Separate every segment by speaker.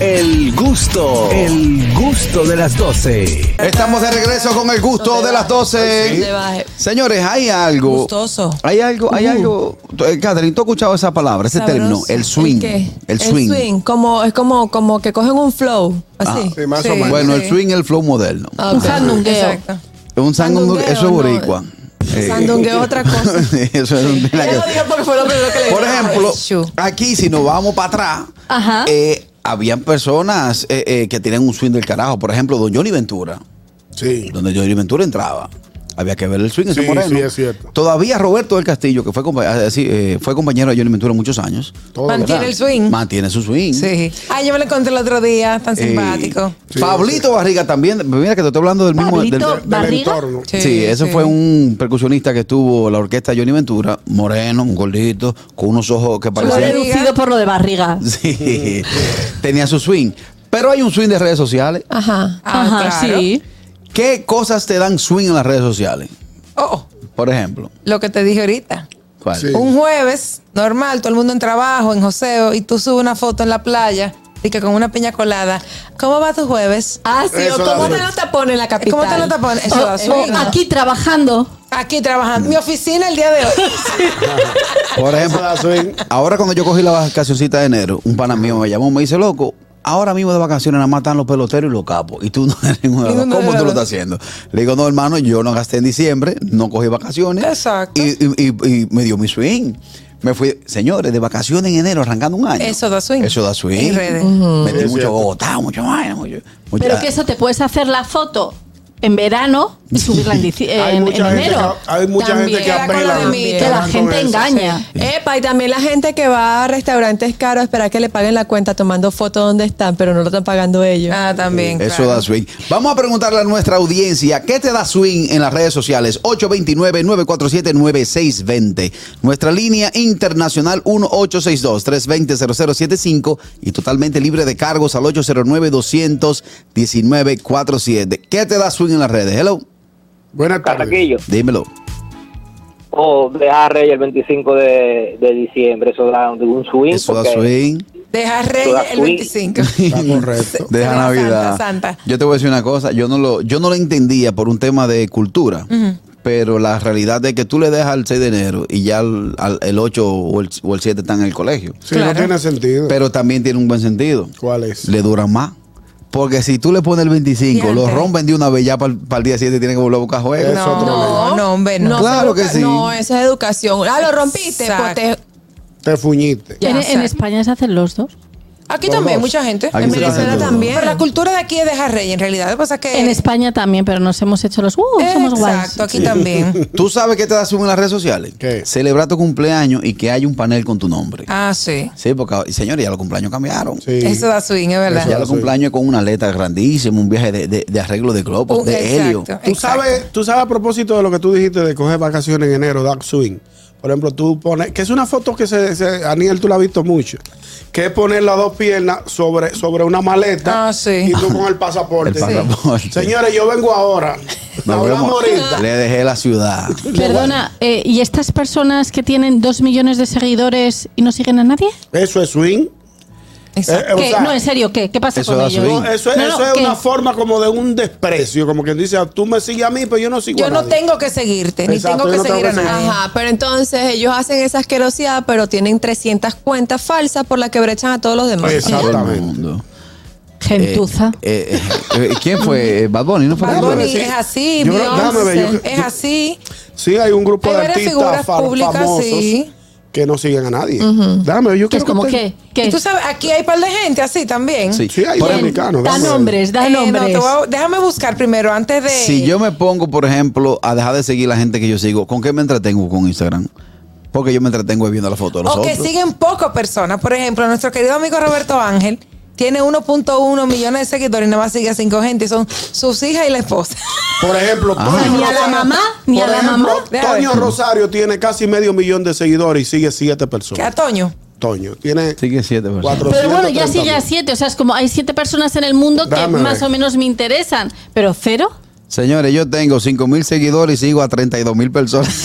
Speaker 1: El gusto, el gusto de las 12.
Speaker 2: Estamos de regreso con el gusto
Speaker 3: No te
Speaker 2: de las
Speaker 3: bajes, no te
Speaker 2: 12.
Speaker 3: bajes.
Speaker 2: Señores, hay algo.
Speaker 3: Gustoso. Uh.
Speaker 2: Hay algo, hay algo. Eh, Catherine, ¿tú has escuchado esa palabra, ese
Speaker 3: Sabroso.
Speaker 2: término? El swing.
Speaker 3: qué?
Speaker 2: El swing. Ah,
Speaker 3: como, es como, como que cogen un flow. Así.
Speaker 4: Sí, más o menos.
Speaker 2: Bueno, el swing es el flow moderno.
Speaker 3: Ah,
Speaker 5: Un
Speaker 3: ok.
Speaker 5: sandungueo.
Speaker 3: Exacto.
Speaker 2: Un sandungueo,
Speaker 3: Sandungueo,
Speaker 2: eso es
Speaker 3: no.
Speaker 2: boricua. Eh,
Speaker 3: Sandungueo es otra cosa.
Speaker 2: eso es una
Speaker 3: Yo lo
Speaker 2: cosa.
Speaker 3: dije porque fue lo primero que le
Speaker 2: Eh, Por
Speaker 3: dije.
Speaker 2: ejemplo,
Speaker 3: Chu.
Speaker 2: aquí si nos vamos para atrás,
Speaker 5: Ajá.
Speaker 2: eh, habían personas eh, eh, que tienen un swing del carajo. Por ejemplo, don Johnny Ventura,
Speaker 4: Sí.
Speaker 2: donde Johnny Ventura entraba. Había que ver el swing, ese
Speaker 4: Sí,
Speaker 2: moreno.
Speaker 4: sí, es cierto. Todavía
Speaker 2: Todavía Roberto del Castillo, que fue, compa- eh, sí, eh, fue compañero de Johnny Ventura muchos años,
Speaker 4: Todo,
Speaker 3: Mantiene
Speaker 4: ¿verdad?
Speaker 3: el swing.
Speaker 2: mantiene su swing.
Speaker 3: Sí. Ay, yo me lo encontré el otro día, tan
Speaker 2: Eh,
Speaker 3: simpático.
Speaker 4: Sí,
Speaker 2: Pablito Barriga también. Mira que te estoy hablando del mismo.
Speaker 5: Pablito
Speaker 2: del-
Speaker 4: Del
Speaker 5: Barriga.
Speaker 4: entorno.
Speaker 2: Sí,
Speaker 3: Sí,
Speaker 2: ese
Speaker 3: sí.
Speaker 2: fue un percusionista que estuvo la orquesta de Johnny Ventura, moreno, un gordito, con unos ojos que
Speaker 5: Lo he
Speaker 2: parecían.
Speaker 5: deducido por lo de barriga.
Speaker 2: Sí, tenía su swing. Pero hay un swing de redes sociales.
Speaker 3: Ajá.
Speaker 4: Ah,
Speaker 5: Ajá, sí.
Speaker 2: ¿Qué cosas te dan swing en las redes sociales?
Speaker 3: Oh,
Speaker 2: Por ejemplo,
Speaker 3: lo que te dije ahorita.
Speaker 2: ¿cuál?
Speaker 4: Sí.
Speaker 3: Un jueves, normal, todo el mundo en trabajo, en joseo, y tú subes una foto en la playa, y que con una piña colada. ¿Cómo va tu jueves?
Speaker 5: Ah, sí.
Speaker 4: Eso
Speaker 5: o ¿Cómo
Speaker 4: da
Speaker 5: me
Speaker 4: swing.
Speaker 5: lo tapón en la capital?
Speaker 3: ¿Cómo Eh, te lo tapón? Eso
Speaker 5: O-
Speaker 3: da
Speaker 5: o
Speaker 3: swing.
Speaker 5: Aquí trabajando.
Speaker 3: Aquí trabajando. Mi oficina el día de hoy.
Speaker 2: Por ejemplo,
Speaker 4: Eso da swing.
Speaker 2: ahora cuando yo cogí la vacacioncita de enero, un pana mío me llamó, me dice, loco, ahora mismo de vacaciones nada más están los peloteros y los capos. Y tú no eres ninguno de los dos.
Speaker 3: Ninguno de
Speaker 2: ¿Cómo
Speaker 3: los
Speaker 2: tú lo
Speaker 3: dos.
Speaker 2: estás haciendo? Le digo, no, hermano, yo no gasté en diciembre, no cogí vacaciones.
Speaker 3: Exacto.
Speaker 2: Y, y- y- y me dio mi swing. Me fui, señores, de vacaciones en enero, arrancando un año.
Speaker 3: Eso da swing.
Speaker 2: Eso da swing.
Speaker 3: En redes.
Speaker 2: Metí
Speaker 4: Es
Speaker 2: mucho
Speaker 4: cierto.
Speaker 2: Bogotá, mucho vaina, mucho- mucha-
Speaker 5: Pero que eso te puedes hacer la foto en verano y subirla en, dici-
Speaker 4: Hay
Speaker 5: en-
Speaker 4: mucha
Speaker 5: en
Speaker 4: gente
Speaker 5: enero.
Speaker 4: que- hay mucha
Speaker 3: También.
Speaker 4: gente que
Speaker 3: Queda con
Speaker 4: apela.
Speaker 3: la mimita.
Speaker 5: Que la
Speaker 4: Van con
Speaker 5: gente
Speaker 4: eso.
Speaker 5: engaña.
Speaker 3: Epa, y también la gente que va a restaurantes caros a esperar que le paguen la cuenta tomando fotos donde están, pero no lo están pagando ellos. Ah, también.
Speaker 2: Eso da swing. Vamos a preguntarle a nuestra audiencia, ¿qué te da swing en las redes sociales? 829-947-9620. Nuestra línea internacional 1862-320-0075 y totalmente libre de cargos al 809-219-47. ¿Qué te da swing en las redes? Hello,
Speaker 4: Buenas tardes.
Speaker 6: Carraquillo.
Speaker 2: dímelo.
Speaker 6: O dejar a Reyes el 25 de, de diciembre. Eso da un- un swing.
Speaker 2: Eso da
Speaker 6: porque
Speaker 2: swing.
Speaker 3: Deja rey
Speaker 6: Toda
Speaker 3: el
Speaker 6: swing.
Speaker 3: 25.
Speaker 4: Está correcto.
Speaker 2: Deja
Speaker 3: Santa,
Speaker 2: Navidad.
Speaker 3: Santa.
Speaker 2: Yo te voy a decir una cosa, yo no lo, yo no lo entendía por un tema de cultura, pero la realidad es que tú le dejas el 6 de enero y ya el, al- el 8 o el, o el 7 están en el colegio.
Speaker 4: Sí,
Speaker 3: Claro.
Speaker 4: no tiene sentido.
Speaker 2: Pero también tiene un buen sentido.
Speaker 4: ¿Cuál es?
Speaker 2: Le duran más. Porque si tú le pones el 25, lo
Speaker 3: Diantre.
Speaker 2: rompen de una vez ya para el día 7 tienen que volver a buscar juegos.
Speaker 4: Es otro
Speaker 3: No,
Speaker 4: nivel.
Speaker 3: no, hombre, no.
Speaker 2: Claro
Speaker 3: Educa-
Speaker 2: que sí.
Speaker 3: No, eso es educación. Ah, lo rompiste.
Speaker 5: Exacto.
Speaker 3: pues te-
Speaker 4: Te fuñiste.
Speaker 3: Ya,
Speaker 5: en,
Speaker 3: o sea.
Speaker 5: en España se hacen los dos.
Speaker 3: Aquí
Speaker 4: Los
Speaker 3: también,
Speaker 4: dos.
Speaker 3: mucha gente.
Speaker 2: Aquí
Speaker 3: en
Speaker 2: se
Speaker 3: Venezuela
Speaker 2: hacen los
Speaker 3: también.
Speaker 2: dos.
Speaker 3: Pero la cultura de aquí es dejar rey, en realidad. Lo que pasa es que.
Speaker 5: En España también, pero nos hemos hecho los. ¡Uh! Somos guays.
Speaker 3: Eh. Exacto, aquí también.
Speaker 2: ¿Tú sabes qué te da swing en las redes sociales?
Speaker 4: ¿Qué?
Speaker 2: Celebrar tu cumpleaños y que haya un panel con tu nombre.
Speaker 3: Ah, sí.
Speaker 2: Sí, porque, señores, ya los cumpleaños cambiaron.
Speaker 4: Sí.
Speaker 3: Eso da swing, es verdad.
Speaker 2: Ya
Speaker 4: Eso
Speaker 2: los cumpleaños con una aleta grandísima, un viaje de, de- de arreglo de globos,
Speaker 3: Un-
Speaker 2: de helio.
Speaker 3: exacto.
Speaker 4: Tú sabes, tú sabes a propósito de lo que tú dijiste de coger vacaciones en enero, dark swing. Por ejemplo, tú pones, que es una foto que se, se- Aniel, tú la has visto mucho, que es poner las dos piernas sobre, sobre una maleta
Speaker 3: Ah, sí.
Speaker 4: y tú con el pasaporte.
Speaker 2: El pasaporte.
Speaker 4: Señores, yo vengo ahora.
Speaker 2: Nos
Speaker 4: Hablamos
Speaker 2: vemos.
Speaker 4: ahorita.
Speaker 2: Le dejé la ciudad.
Speaker 5: Perdona, eh, ¿y estas personas que tienen dos millones de seguidores y no siguen a nadie?
Speaker 4: Eso es swing.
Speaker 3: Exacto.
Speaker 4: Eh, eh, o
Speaker 5: ¿Qué?
Speaker 4: sea,
Speaker 5: no, en serio, ¿qué? ¿Qué pasa
Speaker 2: eso
Speaker 5: con
Speaker 2: da
Speaker 5: ellos?
Speaker 2: swing.
Speaker 4: Eso, es-
Speaker 5: No, no,
Speaker 4: eso es
Speaker 5: ¿qué?
Speaker 4: una forma como de un desprecio, como quien dice, "Ah, tú me sigues a mí, pero yo no sigo a
Speaker 3: Yo no
Speaker 4: nadie.
Speaker 3: tengo que seguirte, ni
Speaker 4: Exacto,
Speaker 3: tengo que
Speaker 4: yo no tengo
Speaker 3: seguir a
Speaker 4: que
Speaker 3: nadie.
Speaker 4: seguir.
Speaker 3: Ajá.
Speaker 7: Ajá, pero entonces ellos hacen esa asquerosidad, pero tienen 300 cuentas falsas por las que brechan a todos los demás.
Speaker 2: A todo el
Speaker 4: Exactamente.
Speaker 2: mundo.
Speaker 5: Gentuza.
Speaker 2: Eh, eh, eh, ¿Quién fue? Eh, Bad Bunny, ¿no fue?
Speaker 3: Bad
Speaker 4: Déjame
Speaker 3: Bunny
Speaker 4: decir-
Speaker 3: es así,
Speaker 4: yo creo- déjame ver, yo-
Speaker 3: Beyoncé es
Speaker 4: yo-
Speaker 3: así.
Speaker 4: Sí, hay un grupo
Speaker 3: Hay
Speaker 4: de
Speaker 3: varias
Speaker 4: artistas
Speaker 3: figuras
Speaker 4: fa-
Speaker 3: públicas,
Speaker 4: famosos
Speaker 3: sí.
Speaker 4: que no siguen a nadie. Dame, yo
Speaker 5: ¿Qué es
Speaker 4: creo
Speaker 5: como
Speaker 4: que
Speaker 5: qué?
Speaker 4: te-
Speaker 5: ¿Qué?
Speaker 3: Y tú sabes, aquí hay un par de gente así también.
Speaker 2: Sí.
Speaker 4: Sí, hay
Speaker 2: Por
Speaker 4: un
Speaker 2: ejemplo,
Speaker 4: americano.
Speaker 5: Da
Speaker 4: dame.
Speaker 5: nombres, da
Speaker 3: Eh, no,
Speaker 5: nombres.
Speaker 3: te voy a- déjame buscar primero antes de.
Speaker 2: Si yo me pongo, por ejemplo, a dejar de seguir la gente que yo sigo, ¿con qué me entretengo con Instagram? Porque yo me entretengo viendo la foto de los
Speaker 3: o que
Speaker 2: otros.
Speaker 3: siguen pocas personas. Por ejemplo, nuestro querido amigo Roberto Ángel tiene 1.1 millones de seguidores y nada más sigue a cinco gente. y Son sus hijas y la esposa.
Speaker 4: Por ejemplo,
Speaker 2: Ah.
Speaker 4: Toño
Speaker 5: Ni a la
Speaker 4: Rosario-
Speaker 5: mamá, ni a
Speaker 4: por
Speaker 5: la
Speaker 4: ejemplo,
Speaker 5: mamá.
Speaker 3: Déjame
Speaker 4: Toño
Speaker 3: ver.
Speaker 4: Rosario tiene casi medio millón de seguidores y sigue siete
Speaker 3: ¿Qué a
Speaker 4: personas.
Speaker 3: Toño?
Speaker 4: Toño tiene
Speaker 2: Sigue siete personas.
Speaker 4: cuatro
Speaker 5: Pero bueno, ya sigue a siete. O sea, es como hay siete personas en el mundo que
Speaker 4: Dame,
Speaker 5: más
Speaker 4: ve.
Speaker 5: o menos me interesan. Pero cero.
Speaker 2: Señores, yo tengo 5 mil seguidores y sigo a 32 mil personas.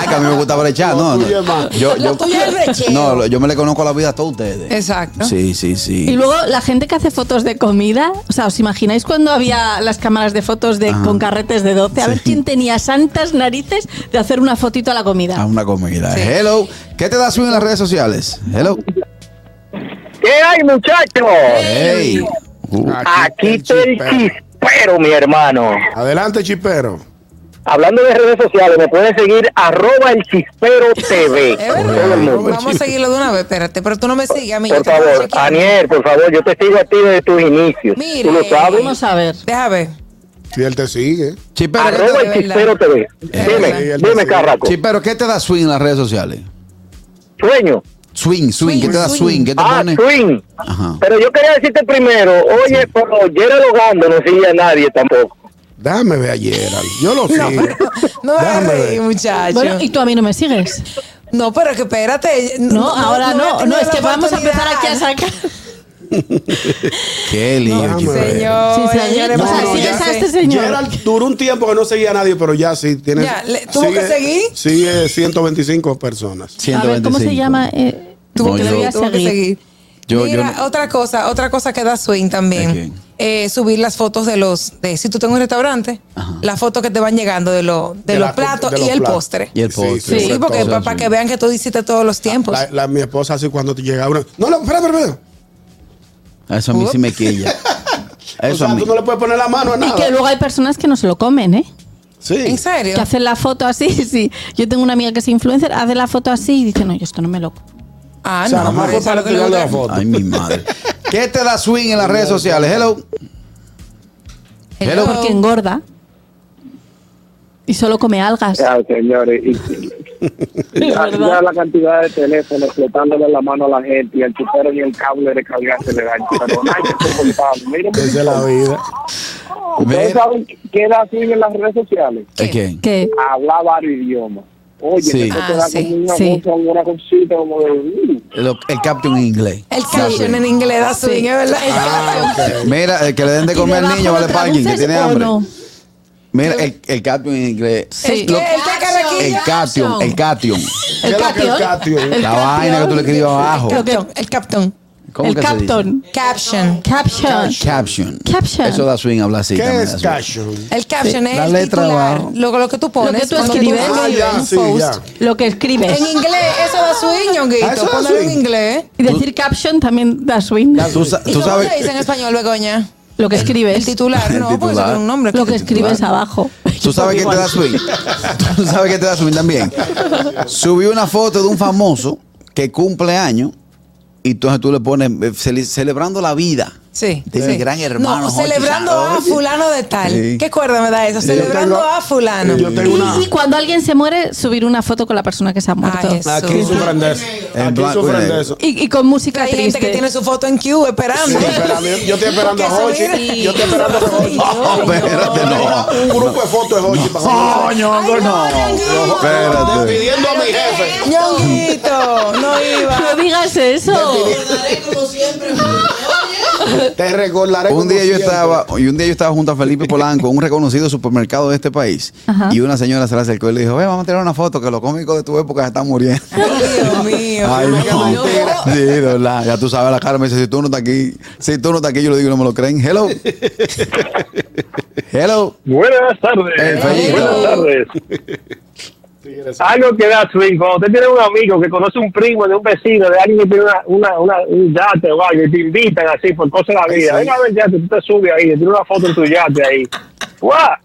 Speaker 2: Ay, que a mí me gusta brechar.
Speaker 4: Lo
Speaker 2: No, no.
Speaker 4: tuyo es más.
Speaker 2: Yo,
Speaker 3: Lo
Speaker 2: yo-
Speaker 3: tuyo es el brecheo.
Speaker 2: No, lo- yo me le conozco la vida a todos ustedes.
Speaker 3: Exacto.
Speaker 2: Sí, sí, sí.
Speaker 5: Y luego la gente que hace fotos de comida, o sea, ¿os imagináis cuando había las cámaras de fotos de,
Speaker 2: Ajá.
Speaker 5: con carretes de 12? A
Speaker 2: Sí.
Speaker 5: ver quién tenía santas narices de hacer una fotito a la comida.
Speaker 2: a una comida.
Speaker 3: Sí.
Speaker 2: Hello. ¿Qué te da swing en las redes sociales? Hello.
Speaker 6: ¿Qué hay, muchachos?
Speaker 2: Hey. Uh,
Speaker 6: Aquí
Speaker 4: está
Speaker 6: está el chispero, mi hermano.
Speaker 4: Adelante, chipero.
Speaker 6: Hablando de redes sociales, me pueden seguir arroba el chispero TV.
Speaker 3: Es verdad.
Speaker 6: Todo el mundo.
Speaker 3: Vamos a seguirlo de una vez, espérate, pero tú no me sigues a mí. yo
Speaker 6: Por
Speaker 3: te voy
Speaker 6: favor,
Speaker 3: chequeando.
Speaker 6: Aniel, por favor, yo te sigo a ti desde tus inicios.
Speaker 3: Mire.
Speaker 6: Tú lo sabes.
Speaker 5: Vamos a ver.
Speaker 3: Deja ver.
Speaker 4: Si él te sigue.
Speaker 2: Chipero, ¿qué te
Speaker 6: Arroba
Speaker 2: da-
Speaker 6: el chispero TV. Dime,
Speaker 4: verdad.
Speaker 6: dime, Carraco.
Speaker 2: Chipero, ¿qué te da swing en las redes sociales?
Speaker 6: Sueño.
Speaker 2: Swing, swing, ¿qué te da swing? ¿Qué te
Speaker 6: Ah,
Speaker 2: pone?
Speaker 6: swing.
Speaker 2: Ajá.
Speaker 6: Pero yo quería decirte primero, oye, pero Gerald Ogando no sigue a nadie tampoco.
Speaker 4: Déjame ver a Gerald. Yo lo sigo.
Speaker 3: No me hagas
Speaker 4: Déjame ver.
Speaker 3: reír, muchacho.
Speaker 5: Bueno, y tú a mí no me sigues.
Speaker 3: No, pero que espérate.
Speaker 5: No, ahora
Speaker 3: voy a
Speaker 5: no. No,
Speaker 3: tener
Speaker 5: es
Speaker 3: la
Speaker 5: que vamos a empezar aquí a
Speaker 3: oportunidad.
Speaker 5: sacar.
Speaker 2: Qué lío,
Speaker 4: No,
Speaker 2: Chipero.
Speaker 3: Señor,
Speaker 5: Sí, sí,
Speaker 3: señores,
Speaker 5: no,
Speaker 3: por
Speaker 5: no,
Speaker 3: favor,
Speaker 5: ya
Speaker 3: sí.
Speaker 5: sabes, este señor.
Speaker 4: Gerald duró un tiempo que no seguía a nadie, pero ya sí tiene.
Speaker 3: Ya, le- ¿tuvo que seguir?
Speaker 4: Sigue 125 personas.
Speaker 5: A ver, ¿cómo se
Speaker 2: 125.
Speaker 5: llama? Eh,
Speaker 3: Tuvo
Speaker 2: No,
Speaker 3: que
Speaker 2: yo-
Speaker 3: seguir, tuvo que seguir.
Speaker 2: Yo- yo
Speaker 3: Mira,
Speaker 2: no-
Speaker 3: otra cosa, otra cosa que da swing
Speaker 2: ¿De
Speaker 3: también.
Speaker 2: quién?
Speaker 3: Eh, subir las fotos de los, de si tú tengo un restaurante,
Speaker 2: Ajá.
Speaker 3: las fotos que te van llegando de, lo- de
Speaker 4: De
Speaker 3: los
Speaker 4: la-
Speaker 3: platos
Speaker 4: de los
Speaker 3: y el
Speaker 4: platos.
Speaker 3: postre.
Speaker 2: Y el postre.
Speaker 3: Sí,
Speaker 4: sobre
Speaker 3: porque
Speaker 4: todo.
Speaker 3: para, que vean que tú hiciste todos los tiempos.
Speaker 4: La, la- mi esposa así cuando te llega una. No, no, espera, espera, espera.
Speaker 2: Eso a mí sí me quilla.
Speaker 4: o
Speaker 2: Eso
Speaker 4: sea,
Speaker 2: a mí.
Speaker 4: tú no le puedes poner la mano a
Speaker 5: Y
Speaker 4: nada.
Speaker 5: que luego hay personas que no se lo comen, ¿eh?
Speaker 4: Sí.
Speaker 3: ¿En serio?
Speaker 5: Que hacen la foto así, sí. Yo tengo una amiga que es influencer, hace la foto así y dice, no, yo esto no me lo como.
Speaker 3: Ah,
Speaker 4: O sea,
Speaker 3: no,
Speaker 4: nada más
Speaker 3: por
Speaker 4: fue
Speaker 3: eso
Speaker 4: para
Speaker 3: lo que le
Speaker 4: tirarle la
Speaker 3: gusta.
Speaker 4: foto.
Speaker 2: Ay, mi madre. ¿Qué te da swing en las redes sociales? Hello. Hello.
Speaker 5: Porque engorda. Y solo come algas.
Speaker 6: Ya, Ah, señores. y- y- ya,
Speaker 5: verdad.
Speaker 6: ya la cantidad de teléfonos explotándole la mano a la gente y al chupero ni el cable de cargar se le daña. Pero hay que ser culpable. Miren,
Speaker 4: Esa es la vida.
Speaker 6: ¿ustedes
Speaker 2: Mira,
Speaker 6: saben qué da así en las redes sociales?
Speaker 2: ¿es ¿eh, quién?
Speaker 5: Que
Speaker 6: Hablar varios idiomas. Oye,
Speaker 2: Sí.
Speaker 6: eso te
Speaker 3: Ah,
Speaker 6: da
Speaker 3: sí,
Speaker 6: como una
Speaker 5: sí.
Speaker 6: cosa, una cosita como de... "Uh".
Speaker 2: Lo- El captain en inglés.
Speaker 3: El
Speaker 2: Da
Speaker 3: caption
Speaker 2: swing.
Speaker 3: en inglés da swing, es verdad.
Speaker 2: Ah, Mira, el que le den de
Speaker 5: ¿Y
Speaker 2: comer al
Speaker 5: debajo
Speaker 2: niño
Speaker 5: lo
Speaker 2: vale parking, que
Speaker 5: traduces
Speaker 2: tiene
Speaker 5: o
Speaker 2: hambre.
Speaker 5: no?
Speaker 2: Mira, el, el caption en inglés.
Speaker 5: Sí.
Speaker 2: Lo-
Speaker 3: ¿Qué? ¿El qué, Carraquillo?
Speaker 2: el caption, el caption.
Speaker 4: ¿Qué
Speaker 5: El
Speaker 4: es lo que es
Speaker 5: cation.
Speaker 4: cation?
Speaker 5: El
Speaker 2: La vaina que tú le escribes abajo.
Speaker 5: Creo que-
Speaker 3: Caption, El caption.
Speaker 2: ¿Cómo
Speaker 5: el
Speaker 2: que se dice? Ah,
Speaker 5: capton.
Speaker 3: Caption.
Speaker 5: Caption.
Speaker 2: Caption.
Speaker 5: Caption.
Speaker 2: Eso da swing, habla así.
Speaker 4: ¿Qué
Speaker 2: también
Speaker 4: es
Speaker 2: da swing.
Speaker 4: cashon?
Speaker 3: El caption es
Speaker 2: La
Speaker 3: el
Speaker 2: letra
Speaker 3: titular,
Speaker 2: abajo.
Speaker 3: lo, lo que tú pones.
Speaker 5: Lo que tú
Speaker 3: cuando
Speaker 5: escribes.
Speaker 3: pones
Speaker 4: Ah, ya,
Speaker 3: un
Speaker 4: sí,
Speaker 3: post.
Speaker 4: ya.
Speaker 5: Lo que escribes.
Speaker 3: En inglés, eso da swing,
Speaker 4: Ah, eso
Speaker 3: ñonguito.
Speaker 4: da
Speaker 3: Ponerlo en
Speaker 4: swing.
Speaker 3: inglés.
Speaker 5: Y decir caption también da swing.
Speaker 2: Tú, sa-
Speaker 3: ¿Y
Speaker 2: tú
Speaker 3: cómo
Speaker 2: sabes.
Speaker 3: se dice en español, Begoña?
Speaker 5: Lo que
Speaker 3: El
Speaker 5: escribes.
Speaker 3: titular,
Speaker 2: El
Speaker 3: no, porque eso
Speaker 2: titular.
Speaker 3: tiene un nombre.
Speaker 5: Lo que escribes abajo.
Speaker 2: Tú sabes que te da swing. Tú sabes que te da swing también. Subí una foto de un famoso que cumple años y entonces tú le pones eh, cele- celebrando la vida
Speaker 3: Sí.
Speaker 2: de mi
Speaker 3: sí.
Speaker 2: gran hermano.
Speaker 3: No,
Speaker 2: Jorge
Speaker 3: celebrando a
Speaker 2: Sandoval.
Speaker 3: fulano de tal.
Speaker 2: Sí.
Speaker 3: ¿Qué cuerda me da eso? Celebrando
Speaker 4: tengo-
Speaker 3: a fulano.
Speaker 4: Yo tengo una.
Speaker 5: Y, y cuando alguien se muere, subir una foto con la persona que se ha muerto.
Speaker 3: eso.
Speaker 4: Aquí sufren de eso.
Speaker 2: En
Speaker 4: Aquí
Speaker 2: blanco y
Speaker 4: sufren
Speaker 2: negro.
Speaker 4: de eso.
Speaker 5: Y, y con música
Speaker 3: Hay gente
Speaker 5: triste.
Speaker 3: que tiene su foto en queue esperando.
Speaker 4: Sí, espera, yo- yo estoy esperando a
Speaker 3: Porque
Speaker 4: Hochi.
Speaker 3: eso, mira.
Speaker 4: Yo estoy esperando a Hochi.
Speaker 2: Oh, espérate, no.
Speaker 4: Un grupo de fotos de Hochi. para que-
Speaker 2: Ñongo, no. Espérate.
Speaker 4: Despidiendo a mi jefe.
Speaker 3: Ñonguito, no iba.
Speaker 5: No digas eso.
Speaker 4: Te recordaré.
Speaker 2: Un
Speaker 4: como
Speaker 2: día yo
Speaker 4: siempre.
Speaker 2: estaba, y un día yo estaba junto a Felipe Polanco en un reconocido supermercado de este país.
Speaker 5: Ajá.
Speaker 2: Y una señora se le acercó y le dijo, "Ve, vamos a tirar una foto que los cómicos de tu época se están muriendo.
Speaker 3: Dios mío.
Speaker 2: Ay, no.
Speaker 4: no.
Speaker 2: Sí, de verdad. Ya tú sabes, la cara me dice, si tú no estás aquí, si tú no estás aquí, yo le digo, no me lo creen. Hello. Hello.
Speaker 6: Buenas tardes.
Speaker 2: Eh, Fellito.
Speaker 6: Buenas tardes. Algo que da swing, cuando usted tiene un amigo que conoce un primo de un vecino, de alguien que tiene una, una, una- un yate o algo, y te invitan así por cosas de la vida. Venga a ver el yate, tú te subes ahí, tiene una foto en tu yate ahí. ¡Guau!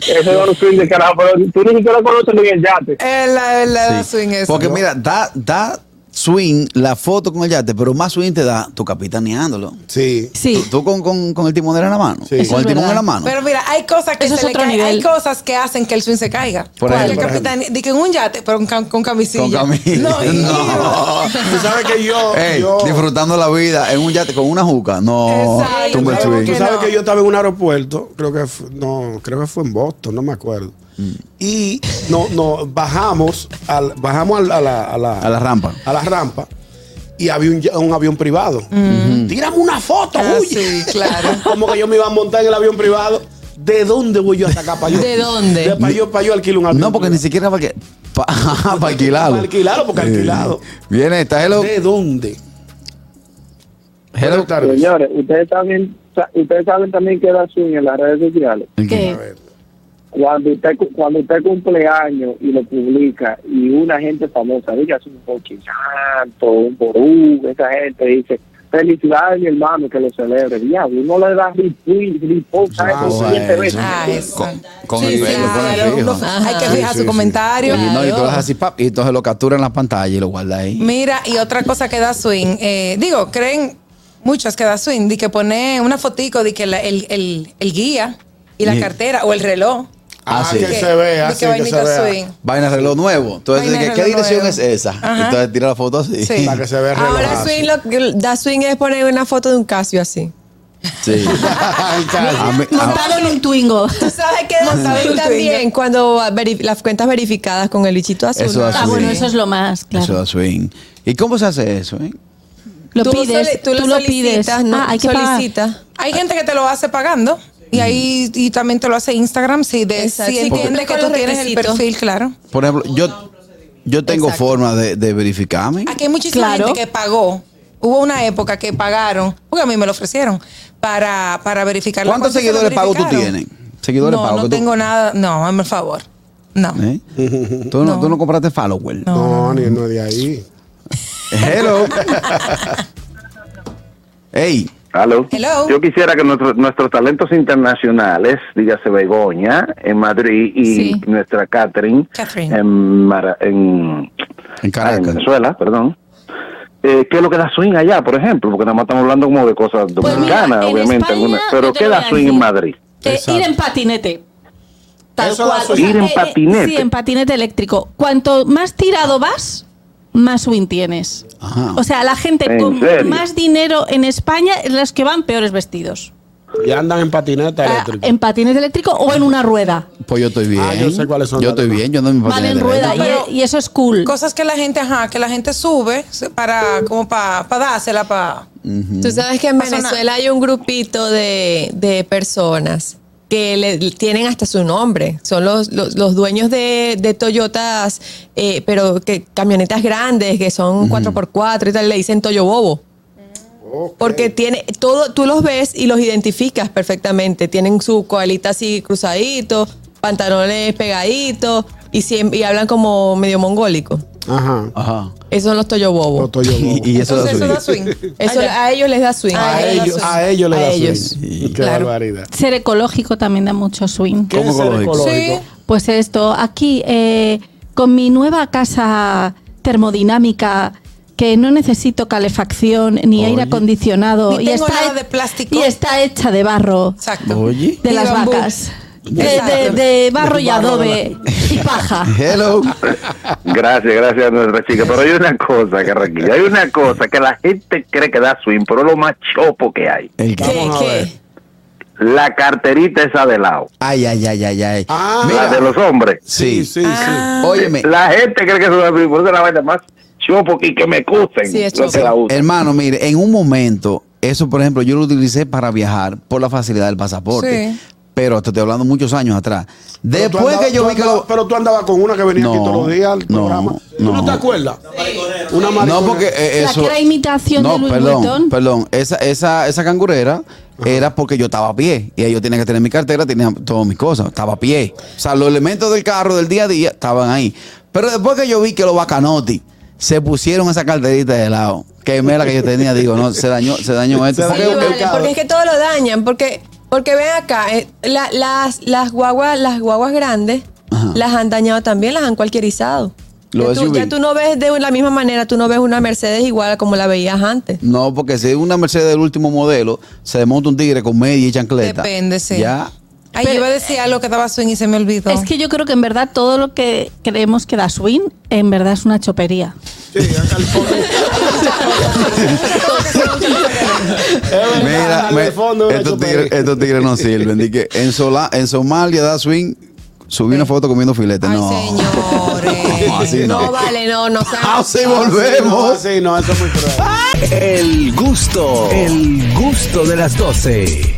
Speaker 6: Ese da un swing de carajo, pero tú ni siquiera conoces ni el yate.
Speaker 3: Es la, es la
Speaker 2: Sí.
Speaker 3: swing eso.
Speaker 2: Porque mira, da, da swing la foto con el yate, pero más swing te da tu capitaneándolo.
Speaker 4: Sí.
Speaker 5: Sí.
Speaker 2: Tú, tú con, con- con el timonero en la mano.
Speaker 4: Sí. Eso
Speaker 2: Con
Speaker 5: es
Speaker 2: el timón
Speaker 5: verdad.
Speaker 2: en la mano.
Speaker 3: Pero mira, hay cosas que
Speaker 5: Eso es
Speaker 3: se le
Speaker 5: otro
Speaker 3: caen-
Speaker 5: nivel.
Speaker 3: hay cosas que hacen que el swing se caiga.
Speaker 2: Por
Speaker 3: Porque
Speaker 2: ejemplo.
Speaker 3: el capitán, di que en un yate, pero con, cam- con camisilla.
Speaker 2: con camisa.
Speaker 3: No,
Speaker 2: No.
Speaker 4: Tú sabes que yo.
Speaker 2: Ey,
Speaker 4: yo-
Speaker 2: disfrutando la vida en un yate con una juca. No.
Speaker 3: Exacto.
Speaker 2: Tumba el
Speaker 3: Claro
Speaker 2: swing.
Speaker 4: Tú
Speaker 3: que
Speaker 4: sabes
Speaker 3: no.
Speaker 4: que yo estaba en un aeropuerto, creo que fu- no, creo que fue en Boston, no me acuerdo. Y no, no, bajamos al, bajamos al- a la, a la,
Speaker 2: A la rampa.
Speaker 4: a la rampa y había un, ya- un avión
Speaker 2: Mm.
Speaker 4: privado. Tírame una foto,
Speaker 3: Ah,
Speaker 4: huye.
Speaker 3: sí, claro.
Speaker 4: Como que yo me iba a montar en el avión privado. ¿De dónde voy yo a sacar para yo?
Speaker 7: ¿De dónde?
Speaker 4: para yo, para yo alquilar un avión.
Speaker 2: No, porque ni siquiera para, que, pa- para alquilarlo.
Speaker 4: Para alquilarlo, porque alquilado.
Speaker 2: Viene esta, hello.
Speaker 4: ¿De dónde?
Speaker 2: hello.
Speaker 4: Buenas tardes.
Speaker 6: Señores, ustedes también, sa- ustedes saben también que da swing en las redes sociales.
Speaker 5: ¿Qué?
Speaker 6: Cuando usted, cu- cuando usted cumple años y lo publica y una gente famosa, diga un Pochi Santo, un Ború, esa gente dice, felicidades mi hermano que lo celebre. Diablo, uno le da retweet, repost a eso
Speaker 2: bueno.
Speaker 6: siete veces.
Speaker 3: Ah,
Speaker 2: Con,
Speaker 3: exacto.
Speaker 2: con
Speaker 3: Sí,
Speaker 2: el pelo,
Speaker 3: claro.
Speaker 2: con el fijo.
Speaker 3: Uno- hay que
Speaker 7: Ajá.
Speaker 3: fijar
Speaker 2: Sí,
Speaker 3: su
Speaker 2: sí,
Speaker 3: comentario.
Speaker 2: Y, no, y tú
Speaker 5: Claro.
Speaker 2: lo haces así, pap, y entonces lo captura en la pantalla y lo guarda ahí.
Speaker 3: Mira, y otra cosa que da swing, eh, digo, creen muchos que da swing, de que pone una fotico de que la- el, el- el guía y la
Speaker 2: Bien.
Speaker 3: cartera o el reloj.
Speaker 4: Ah,
Speaker 2: Así.
Speaker 4: que
Speaker 2: Que-
Speaker 4: se vea,
Speaker 3: de
Speaker 4: así
Speaker 3: que
Speaker 4: que se
Speaker 3: vainita
Speaker 4: vea.
Speaker 3: swing.
Speaker 2: Vaina reloj nuevo. Entonces,
Speaker 3: Vaina
Speaker 2: ¿qué, ¿qué
Speaker 3: reloj
Speaker 2: dirección
Speaker 3: nuevo.
Speaker 2: es esa?
Speaker 3: Ajá.
Speaker 2: Entonces tira la foto así.
Speaker 3: Sí.
Speaker 4: Para que se vea
Speaker 7: Ahora
Speaker 4: relajado.
Speaker 7: swing, lo que da swing es poner una foto de un Casio así.
Speaker 2: Sí. A mí- a-
Speaker 5: Montado en un Twingo.
Speaker 7: ¿Tú sabes qué da swing también? Cuando veri- las cuentas verificadas con el bichito azul.
Speaker 2: Eso da
Speaker 5: Ah,
Speaker 2: Sí.
Speaker 5: bueno, eso es lo más,
Speaker 2: Eso
Speaker 5: claro.
Speaker 2: da swing. ¿Y cómo se hace eso? eh?
Speaker 5: Lo
Speaker 7: Tú lo
Speaker 5: pides,
Speaker 7: soli-
Speaker 5: tú, lo pides.
Speaker 7: solicitas, ¿no?
Speaker 5: Ah, hay que pagar.
Speaker 7: Solicita.
Speaker 3: Hay gente que te lo hace pagando y ahí y también te lo hace Instagram si, de,
Speaker 7: Exacto.
Speaker 3: si
Speaker 7: Sí,
Speaker 3: entiende
Speaker 7: cumple
Speaker 3: que
Speaker 7: con
Speaker 3: tú
Speaker 7: los
Speaker 3: tienes el
Speaker 7: requisitos.
Speaker 3: perfil, claro.
Speaker 2: Por ejemplo, yo, yo tengo
Speaker 7: Exacto.
Speaker 2: forma de, de verificarme.
Speaker 3: Aquí hay muchísima
Speaker 5: Claro.
Speaker 3: gente que pagó. Hubo una época que pagaron, porque a mí me lo ofrecieron, para, para verificar la
Speaker 2: ¿Cuántos
Speaker 3: cuenta y se lo
Speaker 2: seguidores pago tú
Speaker 3: verificaron.
Speaker 2: tienes? Seguidores
Speaker 3: no,
Speaker 2: pago.
Speaker 3: No
Speaker 2: que tú-
Speaker 3: tengo nada. No, hazme el favor. No.
Speaker 2: ¿Eh? ¿Tú, no. tú no compraste follower.
Speaker 4: No, ni no de ahí.
Speaker 2: Hello. Ey.
Speaker 8: Aló.
Speaker 3: Hello.
Speaker 8: Yo quisiera que nuestro- nuestros talentos internacionales, dígase Begoña, en Madrid y
Speaker 5: Sí.
Speaker 8: nuestra Catherine,
Speaker 3: Catherine.
Speaker 8: En, Mara- en-
Speaker 2: En Caracas.
Speaker 8: ah, en Venezuela, perdón. Eh, ¿Qué es lo que da swing allá, por ejemplo? Porque nada más estamos hablando como de cosas
Speaker 5: Pues mira,
Speaker 8: dominicanas,
Speaker 5: en
Speaker 8: obviamente.
Speaker 5: España,
Speaker 8: algunas,
Speaker 5: yo
Speaker 8: pero
Speaker 5: te
Speaker 8: ¿qué
Speaker 5: lo
Speaker 8: da
Speaker 5: voy a
Speaker 8: swing en
Speaker 5: decir.
Speaker 8: Madrid?
Speaker 5: Eh,
Speaker 4: Exacto.
Speaker 5: ir en patinete. Tal
Speaker 4: Eso
Speaker 5: cual.
Speaker 4: da su-
Speaker 5: O sea,
Speaker 8: Ir en
Speaker 5: eh, eh,
Speaker 8: patinete.
Speaker 5: sí, en patinete eléctrico. Cuanto más tirado vas, más win tienes.
Speaker 2: Ajá.
Speaker 5: O sea, la gente
Speaker 8: ¿En
Speaker 5: con
Speaker 8: serio?
Speaker 5: más dinero en España es los que van peores vestidos.
Speaker 4: Y andan en patineta
Speaker 5: Ah,
Speaker 4: eléctrica.
Speaker 5: En patinete eléctrico o en una rueda.
Speaker 2: Pues yo estoy bien.
Speaker 4: Ah, yo sé cuáles son
Speaker 2: Yo
Speaker 4: las
Speaker 2: estoy
Speaker 4: demás.
Speaker 2: bien, yo no me
Speaker 5: Van en rueda y,
Speaker 3: Pero-
Speaker 5: y eso es cool.
Speaker 3: Cosas que la gente, ajá, que la gente sube se- para, como para, para dársela, para.
Speaker 7: Tú sabes que en
Speaker 3: Pasa nada.
Speaker 7: Venezuela hay un grupito de, de personas que le tienen hasta su nombre. Son los, los, los dueños de, de Toyotas, eh, pero que camionetas grandes, que son 4x4 y tal, le dicen Toyo Bobo. Porque tiene todo, tú los ves y los identificas perfectamente. Tienen su coalita así cruzadito, pantalones pegaditos y, siem- y hablan como medio mongólico.
Speaker 4: Ajá.
Speaker 2: Ajá.
Speaker 7: Esos son los Toyo Bobo.
Speaker 4: Otro yo bobo.
Speaker 2: Y, y eso da
Speaker 3: Entonces,
Speaker 2: swing.
Speaker 3: swing.
Speaker 7: Eso
Speaker 3: Allá.
Speaker 7: a ellos les da swing.
Speaker 4: a,
Speaker 3: ellos
Speaker 4: ellos,
Speaker 3: da swing.
Speaker 4: a ellos le
Speaker 7: A
Speaker 4: da
Speaker 7: ellos.
Speaker 4: swing. Qué
Speaker 5: Claro.
Speaker 4: barbaridad.
Speaker 5: Ser ecológico también da mucho swing.
Speaker 4: ¿Qué
Speaker 2: ¿Cómo
Speaker 4: es ser
Speaker 2: ecológico?
Speaker 4: ecológico?
Speaker 3: Sí.
Speaker 5: Pues esto, aquí, eh, con mi nueva casa termodinámica, que no necesito calefacción ni aire acondicionado.
Speaker 3: Ni
Speaker 5: y
Speaker 3: tengo
Speaker 5: está
Speaker 3: nada
Speaker 5: he-
Speaker 3: de plástico.
Speaker 5: Y está hecha de barro.
Speaker 3: Exacto.
Speaker 2: Oye.
Speaker 5: De
Speaker 3: Y
Speaker 5: las
Speaker 3: bambú.
Speaker 5: vacas. Eh, De,
Speaker 3: Exacto.
Speaker 5: de barro y
Speaker 4: barro de
Speaker 5: adobe y paja.
Speaker 2: Hello.
Speaker 8: Gracias, gracias a nuestra chica. Pero hay una cosa, Carraquilla, hay una cosa que la gente cree que da swing, pero es lo más chopo que hay.
Speaker 2: El que-
Speaker 7: ¿Qué,
Speaker 4: Vamos a ver.
Speaker 7: qué?
Speaker 8: La carterita esa de lado,
Speaker 2: Ay, ay, ay, ay, ay.
Speaker 4: Ah.
Speaker 8: la de los hombres.
Speaker 2: Sí.
Speaker 4: Sí, sí,
Speaker 3: Ah.
Speaker 2: Óyeme,
Speaker 8: La gente cree que eso es por eso es la vaina más chopo y que me custen.
Speaker 7: Sí, es
Speaker 8: los que
Speaker 7: chopo.
Speaker 8: la usan.
Speaker 2: hermano, mire, en un momento, eso por ejemplo, yo lo utilicé para viajar por la facilidad del pasaporte.
Speaker 3: Sí.
Speaker 2: Pero te estoy hablando muchos años atrás.
Speaker 4: Pero tú
Speaker 2: Después
Speaker 4: andabas-
Speaker 2: que yo
Speaker 4: tú
Speaker 2: vi que
Speaker 4: andabas-
Speaker 2: lo.
Speaker 4: Pero tú andabas con una que venía aquí
Speaker 2: No,
Speaker 4: todos los días al
Speaker 2: no,
Speaker 4: programa. ¿Tú
Speaker 2: no.
Speaker 4: no te acuerdas? Una maricona.
Speaker 2: No, porque eh,
Speaker 5: La
Speaker 2: eso.
Speaker 5: que era imitación de Louis
Speaker 2: perdón,
Speaker 5: Vuitton.
Speaker 2: perdón. Esa, esa, esa cangurera era porque yo estaba a pie. Y ahí yo tenía que tener mi cartera, tenía todas mis cosas. Estaba a pie. O sea, los elementos del carro del día a día estaban ahí. Pero después que yo vi que los bacanotti se pusieron esa carterita de lado. Que me la que yo tenía, digo, no, se dañó, se dañó esto.
Speaker 4: Se
Speaker 7: Sí,
Speaker 2: Porque-
Speaker 4: dañó.
Speaker 7: vale,
Speaker 4: mercado.
Speaker 7: porque es que todo lo dañan, porque porque ven acá, eh, la- las las guaguas, las guaguas grandes
Speaker 2: Ajá.
Speaker 7: las han dañado también, las han cualquierizado.
Speaker 2: Lo
Speaker 7: Ya tú,
Speaker 2: SUV.
Speaker 7: ya tú no ves de la misma manera, tú no ves una Mercedes igual a como la veías antes.
Speaker 2: No, porque si es una Mercedes del último modelo, se monta un tigre con media y chancleta.
Speaker 3: Depende, sí.
Speaker 2: Ya.
Speaker 3: Ay, yo
Speaker 5: Pero-
Speaker 3: iba a decir algo que daba swing y se me olvidó.
Speaker 5: Es que yo creo que en verdad todo lo que creemos que da swing, en verdad es una chopería.
Speaker 4: Sí, al fondo. Es verdad,
Speaker 2: Mira,
Speaker 4: al
Speaker 2: me-
Speaker 4: fondo una
Speaker 2: estos,
Speaker 4: chupería.
Speaker 2: tigres, estos tigres no sirven. Di que en, Sola- en Somalia da swing, subí una foto comiendo filete.
Speaker 3: Ay,
Speaker 2: no.
Speaker 3: señores.
Speaker 2: No, así no.
Speaker 7: No vale, no, no
Speaker 4: Ah,
Speaker 7: sean-
Speaker 2: Pausa y
Speaker 4: No,
Speaker 2: volvemos.
Speaker 4: sí, no, eso es muy cruel.
Speaker 1: El gusto, el gusto de las 12.